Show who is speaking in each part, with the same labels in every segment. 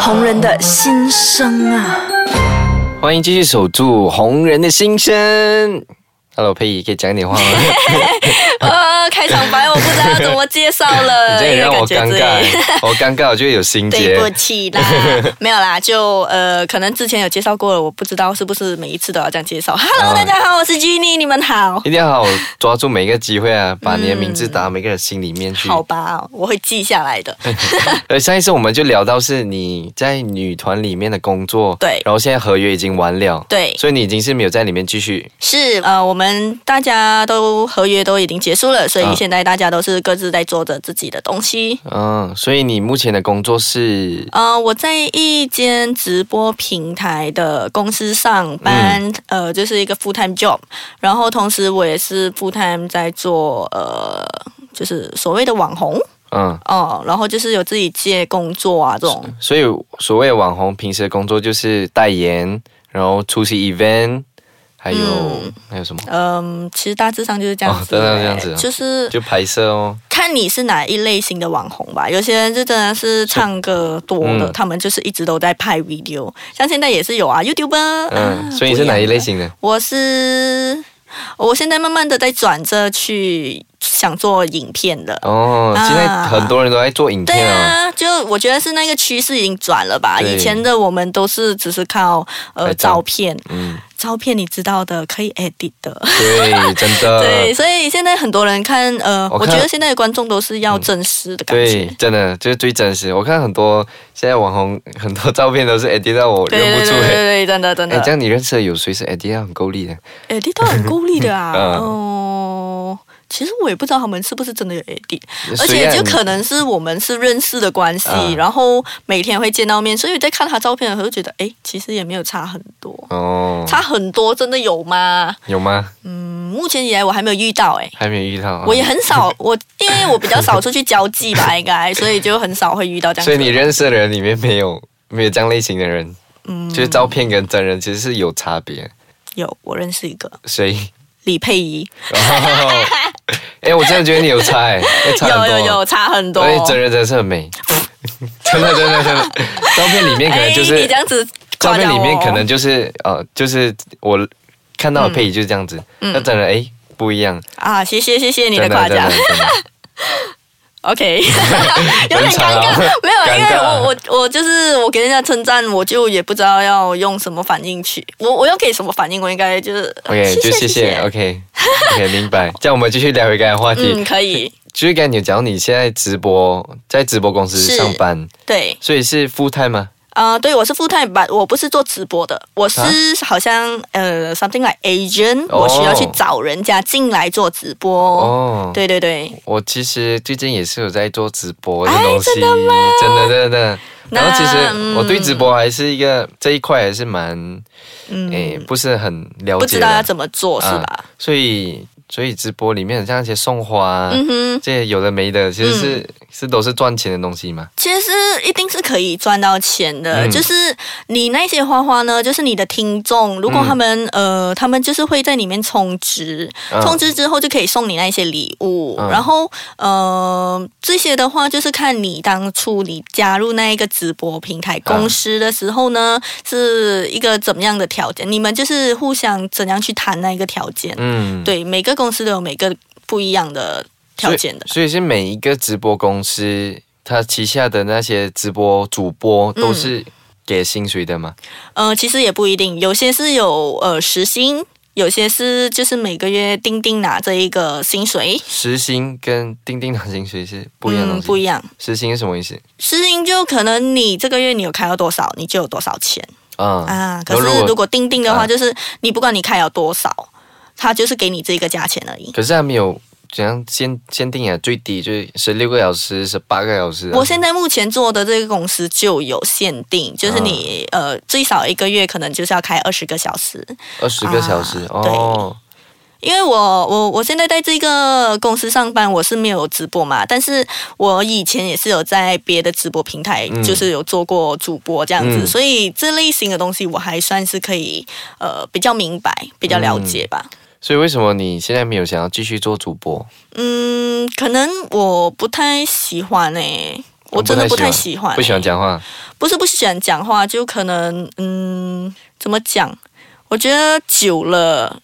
Speaker 1: 红人的心声啊！
Speaker 2: 欢迎继续守住红人的心声。Hello，佩仪，可以讲点话吗？
Speaker 1: 呃，开场白我不知道怎么介绍
Speaker 2: 你
Speaker 1: 了，
Speaker 2: 这样也
Speaker 1: 因为
Speaker 2: 让我
Speaker 1: 感
Speaker 2: 尴
Speaker 1: 觉自己
Speaker 2: 尬，我尴尬，我就会有心
Speaker 1: 对
Speaker 2: 结。
Speaker 1: 不起 啦，没有啦，就呃，可能之前有介绍过了，我不知道是不是每一次都要这样介绍。Hello，、
Speaker 2: 啊哎
Speaker 1: 大家好，我是 Jenny，你们好。
Speaker 2: 一定要好好抓住每一个机会 啊，把你的名字打到每个人心里面去。
Speaker 1: 嗯好吧，我会记下来的。
Speaker 2: 呃，上一次我们就聊到是你在女团里面的工作，
Speaker 1: 对
Speaker 2: 然后现在合约已经完了，
Speaker 1: 对，
Speaker 2: 所以你已经是没有在里面继续。
Speaker 1: 是呃，我们大家都合约都已经结束了，所
Speaker 2: 啊
Speaker 1: 以现在大家都是各自在做着自己的东西。
Speaker 2: 嗯，所以你目前的工作是
Speaker 1: 呃，我在一间直播平台的公司上班，
Speaker 2: 嗯
Speaker 1: 呃，就是一个 full time job，然后同时我也是 full time 在做呃，就是所谓的网红
Speaker 2: 嗯，
Speaker 1: 哦、然后就是有自己接工作啊这种，
Speaker 2: 所以所谓网红平时的工作就是代言，然后出席 event，还有、
Speaker 1: 嗯
Speaker 2: 还有什么？
Speaker 1: 嗯、其实大致上就是这样
Speaker 2: 哦
Speaker 1: 子、欸
Speaker 2: 大致上这样子啊
Speaker 1: 就是
Speaker 2: 就拍摄哦，
Speaker 1: 看你是哪一类型的网红吧。有些人就真的是唱歌多的，
Speaker 2: 嗯
Speaker 1: 他们就是一直都在拍 video，像现在也是有啊，YouTuber，
Speaker 2: 嗯，
Speaker 1: 啊
Speaker 2: 所以你是哪一类
Speaker 1: 不样的
Speaker 2: 型的？
Speaker 1: 我是我现在慢慢的在转着去想做影片了。
Speaker 2: 哦，
Speaker 1: 啊
Speaker 2: 现在很多人都在做影
Speaker 1: 对
Speaker 2: 片啊，
Speaker 1: 啊，就我觉得是那个趋势已经转了吧。
Speaker 2: 对
Speaker 1: 以前的我们都是只是靠呃
Speaker 2: 拍照
Speaker 1: 照片，
Speaker 2: 嗯，
Speaker 1: 照片你知道的，可以 edit 的。
Speaker 2: 对，真的，
Speaker 1: 对，所以现在很多人看呃，
Speaker 2: 呃我
Speaker 1: 我
Speaker 2: 看
Speaker 1: 觉得现在的观众都是要真实的感
Speaker 2: 对
Speaker 1: 觉。，
Speaker 2: 真的就是最真实。我看很多现在网红 很多照片都是 edit 到我
Speaker 1: 对
Speaker 2: 认
Speaker 1: 对
Speaker 2: 不出
Speaker 1: 对对
Speaker 2: 来。
Speaker 1: 对，真的真
Speaker 2: 哎，这
Speaker 1: 的
Speaker 2: 样你认识的有谁是 edit 到很够力的？
Speaker 1: ，edit 到很孤立的啊。
Speaker 2: 嗯
Speaker 1: 哦，其实我也不知道他们是不是真的有 edit，而
Speaker 2: 谁
Speaker 1: 且
Speaker 2: 啊
Speaker 1: 就可能是我们是认识的关系，
Speaker 2: 啊
Speaker 1: 然后每天会见到面，所以在看他照片的时候就觉得，哎，其实也没有差很多，
Speaker 2: 哦，
Speaker 1: 差很多真的有吗？
Speaker 2: 有吗？
Speaker 1: 嗯，目前以来我还没有遇到、诶哎。
Speaker 2: 还没有遇到啊。
Speaker 1: 我也很少，我因为我比较少出去交 际吧，应该，所以就很少会遇到这样子
Speaker 2: 所
Speaker 1: 的。
Speaker 2: 以你认识的人里面没有没有这样类型的人，
Speaker 1: 嗯
Speaker 2: 就是照片跟真人其实是有差别。
Speaker 1: 有我认识一个
Speaker 2: 谁？
Speaker 1: 李佩仪，
Speaker 2: 哦哎，我真的觉得你有差哎，哎差
Speaker 1: 有
Speaker 2: 很多。
Speaker 1: 有有差很多。
Speaker 2: 而哎且真人真的是很 美，真的真的真的，照片里面可能就
Speaker 1: 哎
Speaker 2: 是
Speaker 1: 你这样子
Speaker 2: 照
Speaker 1: 夸哦
Speaker 2: 片
Speaker 1: 奖
Speaker 2: 里
Speaker 1: 我
Speaker 2: 面可能就是呃，就是我看到的配仪就是这样子，那真人哎不一样，
Speaker 1: 啊，谢谢谢谢嗯你的
Speaker 2: 真
Speaker 1: 夸
Speaker 2: 的真
Speaker 1: 奖
Speaker 2: 的。真 的，
Speaker 1: OK，有点
Speaker 2: 很
Speaker 1: 尴
Speaker 2: 吵啊
Speaker 1: 尬， 没有，因
Speaker 2: 尴
Speaker 1: 为
Speaker 2: 尬啊
Speaker 1: 我我我就是我给人家称赞，我就也不知道要用什么反应去，我我要给什么反应，我应该就是呃
Speaker 2: OK 就谢谢 OK OK 明白，这样我们继续聊回刚才的话
Speaker 1: 嗯，
Speaker 2: 题，
Speaker 1: 可以，
Speaker 2: 就是刚才你有讲到你现在直播在直播公司
Speaker 1: 是
Speaker 2: 上班，
Speaker 1: 对，
Speaker 2: 所以是 full time 吗？
Speaker 1: 啊、对我是 full time，but 我不是做直播的，我是
Speaker 2: 啊
Speaker 1: 好像呃 something like agent，、
Speaker 2: 哦
Speaker 1: 我需要去找人家进来做直播，
Speaker 2: 哦，
Speaker 1: 对对对，
Speaker 2: 我其实最近也是有在做直播的
Speaker 1: 哎
Speaker 2: 东西，
Speaker 1: 真的吗
Speaker 2: 真的真的。
Speaker 1: 那
Speaker 2: 然后其实
Speaker 1: 嗯
Speaker 2: 我对直播还是一个这一块还是蛮
Speaker 1: 嗯，
Speaker 2: 诶、不是很了
Speaker 1: 不
Speaker 2: 解
Speaker 1: 知道要
Speaker 2: 的，
Speaker 1: 怎么做是
Speaker 2: 啊
Speaker 1: 吧？
Speaker 2: 所以所以直播里面像一些送花、啊
Speaker 1: 嗯哼。
Speaker 2: 这些有的没的，其实是、是都是赚钱的东西嘛。
Speaker 1: 其实一定是可以赚到钱的，
Speaker 2: 嗯
Speaker 1: 就是你那些花花呢，就是你的听众，如果
Speaker 2: 嗯
Speaker 1: 他们、呃，他们就是会在里面充值，
Speaker 2: 嗯
Speaker 1: 充值之后就可以送你那些礼物，
Speaker 2: 嗯
Speaker 1: 然后呃，这些的话就是看你当初你加入那一个直播平台公司的时候呢，是一个怎么样的条件，你们就是互相怎样去谈那一个条件，
Speaker 2: 嗯，
Speaker 1: 对，每个公司都有每个不一样的条件的，
Speaker 2: 所以。所以是每一个直播公司，它旗下的那些直播主播都
Speaker 1: 嗯
Speaker 2: 是给薪水的嘛？
Speaker 1: 呃，其实也不一定，有些是有呃时薪，有些是就是每个月钉钉拿着一个薪水，
Speaker 2: 时薪跟钉钉拿薪水是不一样的东
Speaker 1: 嗯，
Speaker 2: 西。
Speaker 1: 不一样。
Speaker 2: 时薪是什么意思？
Speaker 1: 时薪就可能你这个月你有开到多少，你就有多少钱
Speaker 2: 啊、
Speaker 1: 啊。可
Speaker 2: 然后如
Speaker 1: 是
Speaker 2: 果
Speaker 1: 如果钉钉的
Speaker 2: 啊
Speaker 1: 话，就是你不管你开了多少，他就是给你这个价钱而已。
Speaker 2: 可是还没有怎样限限定啊，最低就是十六个小时、十八个小时、啊。
Speaker 1: 我现在目前做的这个公司就有限定，
Speaker 2: 啊
Speaker 1: 就是你、呃最少一个月可能就是要开二十个小时，
Speaker 2: 二十个小时、
Speaker 1: 啊
Speaker 2: 哦，
Speaker 1: 因为我我我现在在这个公司上班，我是没有直播嘛，但是我以前也是有在别的直播平台，
Speaker 2: 嗯
Speaker 1: 就是有做过主播这样子，
Speaker 2: 嗯
Speaker 1: 所以这类型的东西我还算是可以呃比较明白、比较了解吧。
Speaker 2: 所以为什么你现在没有想
Speaker 1: 嗯
Speaker 2: 要继续做主播？
Speaker 1: 嗯可能我不太喜欢诶、我真的不
Speaker 2: 不
Speaker 1: 太喜欢，欸
Speaker 2: 不喜欢讲话。
Speaker 1: 不是不喜欢讲话，就可能嗯，怎么讲？我觉得久了，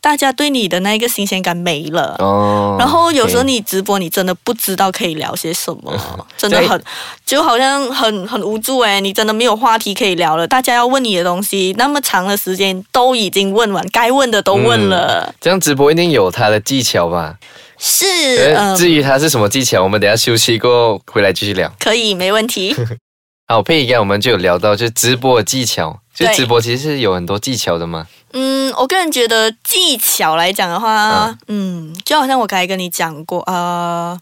Speaker 1: 大家对你的那一个新鲜感没了。
Speaker 2: 哦，
Speaker 1: 然后有时候
Speaker 2: OK
Speaker 1: 你直播，你真的不知道可以聊些什么，真的很就好像很很无助哎、你真的没有话题可以聊了。大家要问你的东西，那么长的时间都已经问完，该问的都问了，
Speaker 2: 这样直播一定有它的技巧吧？
Speaker 1: 是
Speaker 2: 呃
Speaker 1: 嗯，
Speaker 2: 至于它是什么技巧，我们等一下休息过后回来继续聊。
Speaker 1: 可以没问题，
Speaker 2: 好，配一刚我们就有聊到，就直播的技巧，就
Speaker 1: 对
Speaker 2: 直播其实是有很多技巧的嘛。
Speaker 1: 嗯，我个人觉得技巧来讲的话，嗯，就好像我刚才跟你讲过，呃，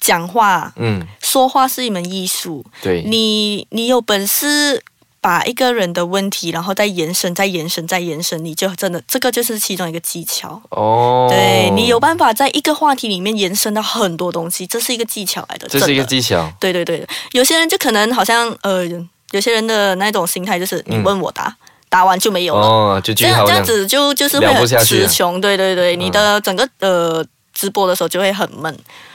Speaker 1: 讲话、
Speaker 2: 嗯，
Speaker 1: 说话是一门艺术，
Speaker 2: 对，
Speaker 1: 你你有本事把一个人的问题，然后再延伸、再延伸、再延伸，你就真的这个就是其中一个技巧。
Speaker 2: 哦，
Speaker 1: 对你有，办法在一个话题里面延伸到很多东西，这是一个技巧来的。
Speaker 2: 这是一个
Speaker 1: 真的
Speaker 2: 技巧。
Speaker 1: 对对对，有些人就可能好像呃，有些人的那种心态就是
Speaker 2: 嗯
Speaker 1: 你问我答，答完就没有了。
Speaker 2: 哦，就句
Speaker 1: 这样
Speaker 2: 号
Speaker 1: 这样子就就是会
Speaker 2: 聊不
Speaker 1: 很
Speaker 2: 下去啊嗯
Speaker 1: 词
Speaker 2: 了
Speaker 1: 穷，对对对，你的整个呃直播的时候就会很闷，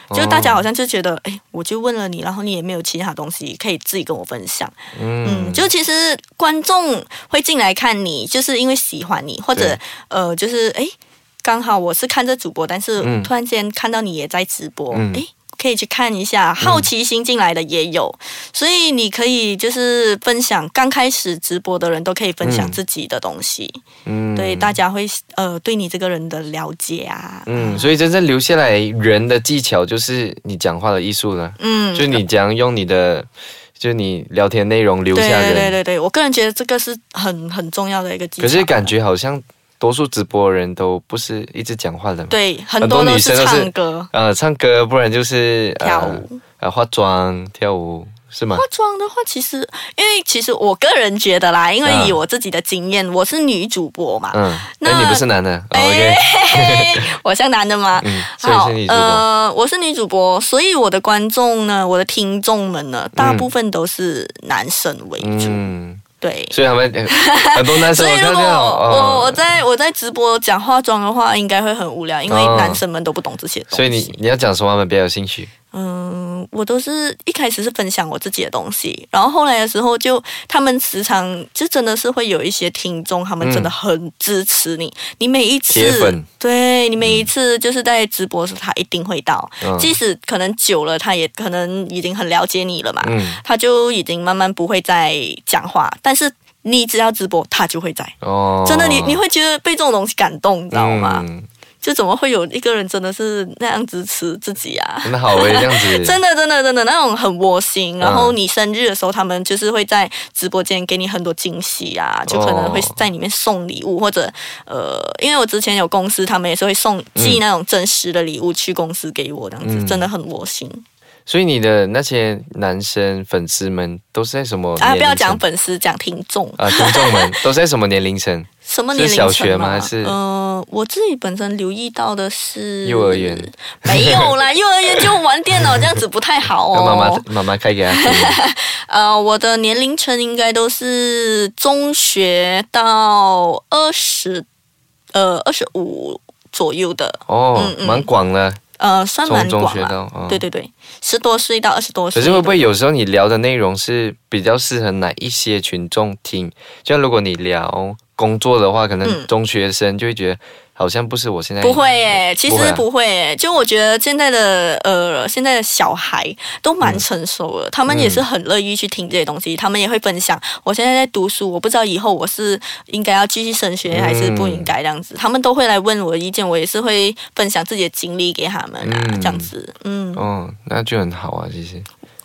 Speaker 2: 哦
Speaker 1: 就大家好像就觉得，哎，我就问了你，然后你也没有其他东西可以自己跟我分享，嗯，
Speaker 2: 嗯，
Speaker 1: 就其实观众会进来看你，就是因为喜欢你，或者
Speaker 2: 对
Speaker 1: 呃，就是哎，刚好我是看这主播，但是
Speaker 2: 嗯
Speaker 1: 突然间看到你也在直播，
Speaker 2: 嗯
Speaker 1: 哎。可以去看一下，好奇心进来的也有，所以你可以就是分享，刚开始直播的人都可以分享
Speaker 2: 嗯
Speaker 1: 自己的东西。
Speaker 2: 嗯
Speaker 1: 对，大家会呃对你这个人的了解啊，
Speaker 2: 嗯，所以真正留下来人的技巧就是你讲话的艺术了，
Speaker 1: 嗯，
Speaker 2: 就你讲用你的，就你聊天内容留
Speaker 1: 对
Speaker 2: 下人。
Speaker 1: 对对对对，我个人觉得这个是很很重要的一个技
Speaker 2: 可
Speaker 1: 巧。
Speaker 2: 是感觉好像多数直播人都不是一直讲话的嘛，
Speaker 1: 对很
Speaker 2: 很多
Speaker 1: 多都
Speaker 2: 女生
Speaker 1: 是
Speaker 2: 都是
Speaker 1: 唱歌、
Speaker 2: 呃，唱歌，不然就是呃
Speaker 1: 跳舞、
Speaker 2: 呃化妆、跳舞是吗
Speaker 1: 化？妆的话，其实因为其实我个人觉得啦，因为
Speaker 2: 嗯
Speaker 1: 以我自己的经验，我是女主播嘛，
Speaker 2: 嗯，
Speaker 1: 那
Speaker 2: 那你不是男的、哦、
Speaker 1: 哎
Speaker 2: ，OK，
Speaker 1: 我像男的嘛。
Speaker 2: 嗯，所以
Speaker 1: 好
Speaker 2: 是你，主播，
Speaker 1: 呃，我是女主播，所以我的观众呢，我的听众们呢，大部分都是男生为主，
Speaker 2: 嗯，
Speaker 1: 对。
Speaker 2: 所以他们呃很多男生
Speaker 1: 所
Speaker 2: 我
Speaker 1: 以如
Speaker 2: 看
Speaker 1: 果
Speaker 2: 到
Speaker 1: 我我
Speaker 2: 哦，
Speaker 1: 在我在直播讲化妆的话，应该会很无聊，因为
Speaker 2: 哦
Speaker 1: 男生们都不懂这些东西。
Speaker 2: 所以你你要讲什么，他们比较有兴趣。
Speaker 1: 嗯，我都是一开始是分享我自己的东西，然后后来的时候就他们时常就真的是会有一些听众，他们真的很支持你，你每一
Speaker 2: 铁
Speaker 1: 次
Speaker 2: 粉。
Speaker 1: 对你每一次就是在直播的时，候，他一定会到，
Speaker 2: 嗯
Speaker 1: 即使可能久了，他也可能已经很了解你了嘛，
Speaker 2: 嗯，
Speaker 1: 他就已经慢慢不会再讲话，但是你只要直播，他就会在。
Speaker 2: 哦，
Speaker 1: 啊真的，你你会觉得被这种东西感动，你知道吗？
Speaker 2: 嗯，
Speaker 1: 就怎么会有一个人真的是那样支持自己啊？
Speaker 2: 很好欸诶，这样子，
Speaker 1: 真的，真的，真的，那种很窝心。然后
Speaker 2: 嗯
Speaker 1: 你生日的时候，他们就是会在直播间给你很多惊喜
Speaker 2: 哦
Speaker 1: 啊，就可能会在里面送礼物，或者呃，因为我之前有公司，他们也是会送寄那种真实的礼物去公司给我，这样子、
Speaker 2: 嗯
Speaker 1: 真的很窝心
Speaker 2: 所以你的那些男生粉丝们都哦是在什么
Speaker 1: 啊！不
Speaker 2: 年龄
Speaker 1: 要
Speaker 2: 层
Speaker 1: 讲粉丝，讲听众，
Speaker 2: 啊，听众 们都是在什么年龄层？
Speaker 1: 什么年龄
Speaker 2: 是
Speaker 1: 层
Speaker 2: 小
Speaker 1: 啊
Speaker 2: 学吗还是
Speaker 1: 呃，我自己本身留意到的是
Speaker 2: 幼儿园，
Speaker 1: 没有 啦，幼儿园就玩电脑这样子不太好
Speaker 2: 让
Speaker 1: 哦。
Speaker 2: 妈妈妈妈开给他听。
Speaker 1: 呃，我的年龄层应该都是中学到二十，呃，二十五左右的，
Speaker 2: 哦
Speaker 1: 嗯，嗯
Speaker 2: 蛮广的，
Speaker 1: 呃，算蛮
Speaker 2: 从中
Speaker 1: 广
Speaker 2: 学
Speaker 1: 了。
Speaker 2: 到哦
Speaker 1: 对。对对，十多岁到二十多
Speaker 2: 可
Speaker 1: 岁。
Speaker 2: 是会不会有时候你聊的内容是比较适合哪一些群众听？就像如果你聊工作的话，可能
Speaker 1: 嗯
Speaker 2: 中学生就会觉得好像哎不是我现在
Speaker 1: 不会耶，其
Speaker 2: 不会
Speaker 1: 实
Speaker 2: 啊
Speaker 1: 不会耶。就我觉得现在的呃，现在的小孩都蛮成熟了，
Speaker 2: 嗯
Speaker 1: 他们也是很乐意去听这些东西，他们也会分享。我现在在读书，我不知道以后我是应该要继续升学还是不应该这样
Speaker 2: 嗯
Speaker 1: 子，他们都会来问我意见，我也是会分享自己的经历给他们啊，
Speaker 2: 嗯
Speaker 1: 这样子，嗯。
Speaker 2: 哦，那就很好啊，其实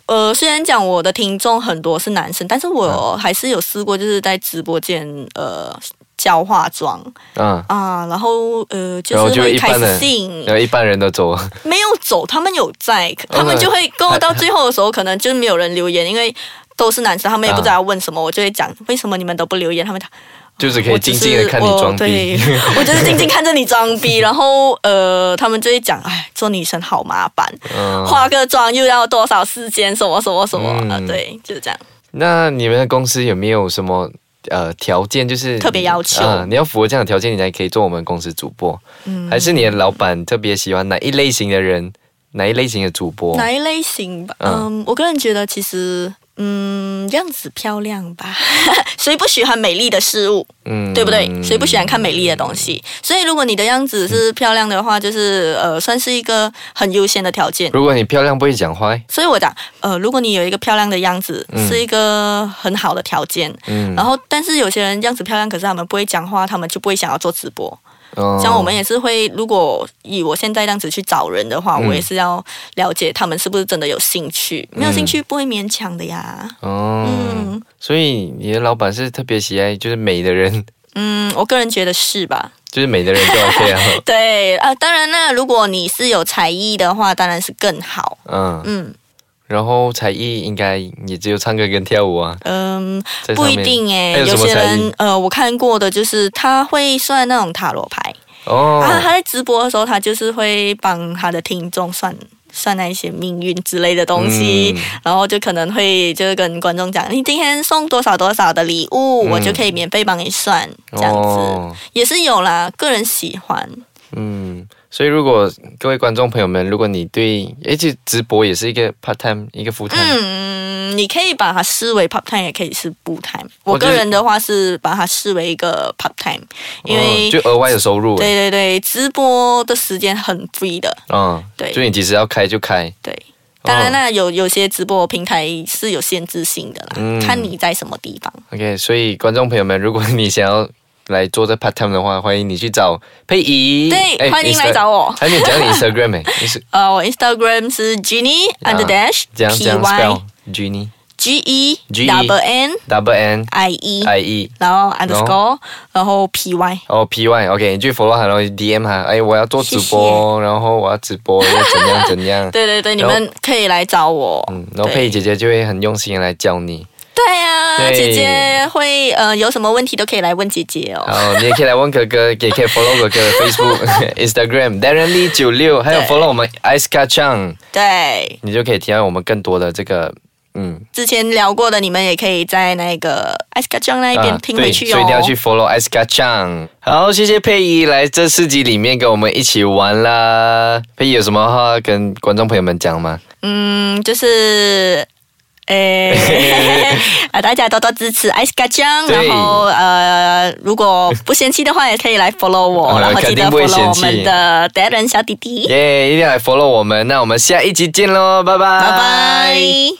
Speaker 1: 呃，虽然讲我的听众很多是男生，但是
Speaker 2: 嗯
Speaker 1: 我还是有试过，就是在直播间呃教化妆
Speaker 2: 啊，
Speaker 1: 啊，然后呃就
Speaker 2: 然后
Speaker 1: 是
Speaker 2: 就
Speaker 1: 会
Speaker 2: 一
Speaker 1: 开
Speaker 2: 般
Speaker 1: 始
Speaker 2: 人
Speaker 1: 吸引
Speaker 2: 然后一般人都走啊，
Speaker 1: 没有走，他们有在，
Speaker 2: 哦
Speaker 1: 他们就会跟我到最后的时候，可能就是没有人留言，因为都是男生，他们也不知道要问什么，我就会讲为什么你们都不留言，他们讲
Speaker 2: 就是可
Speaker 1: 我
Speaker 2: 以
Speaker 1: 只
Speaker 2: 静
Speaker 1: 是
Speaker 2: 静的看你装
Speaker 1: 我
Speaker 2: 逼
Speaker 1: 对。，我就是静静看着你装逼，然后呃，他们就会讲，哎，做女生好麻烦，
Speaker 2: 嗯，
Speaker 1: 化个妆又要多少时间，什么什么什么，
Speaker 2: 嗯
Speaker 1: 啊，对，就是这样。
Speaker 2: 那你们的公司有没有什么呃条件，就是
Speaker 1: 特别要求
Speaker 2: 啊你要符合这样的条件，你才可以做我们公司主播。
Speaker 1: 嗯
Speaker 2: 还是你的老板特别喜欢哪一类型的人，哪一类型的主播？
Speaker 1: 哪一类型吧？
Speaker 2: 哦嗯
Speaker 1: 嗯，我个人觉得其实。嗯，样子漂亮吧？ 谁不喜欢美丽的事物，
Speaker 2: 嗯嗯
Speaker 1: 对不对？谁不喜欢看美丽的东西？所以，如果你的样子是漂亮的话，就是呃，算是一个很优先的条件。
Speaker 2: 如果你漂亮不会讲话，
Speaker 1: 所以我讲，呃，如果你有一个漂亮的样子，
Speaker 2: 嗯
Speaker 1: 是一个很好的条件。
Speaker 2: 嗯，
Speaker 1: 然后，但是有些人样子漂亮，可是他们不会讲话，他们就不会想要做直播。
Speaker 2: 哦
Speaker 1: 嗯像我们也是会，如果以我现在这样子去找人的话，
Speaker 2: 嗯
Speaker 1: 我也是要了解他们是不是真的有兴趣，没有兴趣不会勉强的呀。
Speaker 2: 嗯哦，
Speaker 1: 嗯
Speaker 2: 所以你的老板是特别喜爱就是美的人，
Speaker 1: 嗯，我个人觉得是吧？
Speaker 2: 就是美的人就 OK 了，
Speaker 1: 对啊，当然啦，如果你是有才艺的话，当然是更好。
Speaker 2: 嗯，
Speaker 1: 嗯
Speaker 2: 然后才艺应该也只有唱歌跟跳舞啊，
Speaker 1: 嗯，
Speaker 2: 在上
Speaker 1: 不一
Speaker 2: 面
Speaker 1: 定诶，
Speaker 2: 还有什
Speaker 1: 有
Speaker 2: 么
Speaker 1: 些
Speaker 2: 才
Speaker 1: 人
Speaker 2: 艺？
Speaker 1: 呃，我看过的就是他会算那种塔罗牌。
Speaker 2: 哦，
Speaker 1: 啊，他在直播的时候，他就是会帮他的听众算算那一些命运之类的东西，
Speaker 2: 嗯
Speaker 1: 然后就可能会就是跟观众讲，你今天送多少多少的礼物，
Speaker 2: 嗯
Speaker 1: 我就可以免费帮你算，这样子、
Speaker 2: 哦
Speaker 1: 也是有啦，个人喜欢。
Speaker 2: 嗯，所以如果各位观众朋友们，如果你对，而且直播也是一个 part time，一个哦 full time，、
Speaker 1: 嗯，你可以把它视为 part time，也可以是 full time。我
Speaker 2: 我觉得
Speaker 1: 个人的话是把它视为一个 part time，因
Speaker 2: 哦
Speaker 1: 为、
Speaker 2: 就额外的收入，
Speaker 1: 对，对对，直播的时间很 free 的，
Speaker 2: 嗯，
Speaker 1: 对
Speaker 2: 就你几时要开就开，
Speaker 1: 对。当然
Speaker 2: 哦
Speaker 1: 啦，有有些直播平台是有限制性的啦，
Speaker 2: 嗯
Speaker 1: 看你在什么地方。
Speaker 2: OK，所以观众朋友们，如果你想要来做这 part time 的话，欢迎你去找佩仪。
Speaker 1: 对
Speaker 2: 哎
Speaker 1: 欢迎来
Speaker 2: Insta-
Speaker 1: 找我
Speaker 2: 还没有讲你 Instagram 哎、你是
Speaker 1: 呃，我 Instagram 是 Jenny
Speaker 2: 啊
Speaker 1: under dash
Speaker 2: 讲
Speaker 1: P
Speaker 2: 讲 spell
Speaker 1: Y
Speaker 2: Genie
Speaker 1: G E
Speaker 2: G E
Speaker 1: double N
Speaker 2: double N
Speaker 1: I E，
Speaker 2: I E
Speaker 1: 然后 underscore，然后 P Y。。
Speaker 2: 哦 P Y OK，你去 follow 他，然后 DM 他，哎，我要做直播，然后我要直播又怎样怎样
Speaker 1: 对对对，你
Speaker 2: 然后
Speaker 1: 们可以来找我。
Speaker 2: 嗯，然后佩仪姐姐就会很用心地来教你，
Speaker 1: 对呀、
Speaker 2: 对
Speaker 1: 姐姐会呃有什么问题都可以来问姐姐哦。
Speaker 2: 然后你也可以来问哥哥，也可以 follow 哥哥的 Facebook、Instagram Darren Lee 九六，还有
Speaker 1: 对
Speaker 2: follow 我们 Ice k a c h a n
Speaker 1: 对，
Speaker 2: 你就可以听到我们更多的这个嗯
Speaker 1: 之前聊过的，你们也可以在那个 i s k a j a n 那一边
Speaker 2: 啊
Speaker 1: 听回去
Speaker 2: 对
Speaker 1: 哦。
Speaker 2: 所以一定要去 follow i s k a c h a n 好，谢谢佩仪来这四集里面跟我们一起玩啦。佩仪有什么话要跟观众朋友们讲吗？
Speaker 1: 嗯，就是。 诶，啊，大家多多支持 Ice 嘎酱，
Speaker 2: 对
Speaker 1: 然后呃，如果不嫌弃的话，也可以来 follow 我，
Speaker 2: 嗯
Speaker 1: 然后记
Speaker 2: 肯
Speaker 1: 得
Speaker 2: 定不会
Speaker 1: follow
Speaker 2: 嫌
Speaker 1: 我
Speaker 2: 弃
Speaker 1: 们的达人小弟弟，
Speaker 2: 耶、一定要来 follow 我们。那我们下一集见喽，拜拜，
Speaker 1: 拜拜。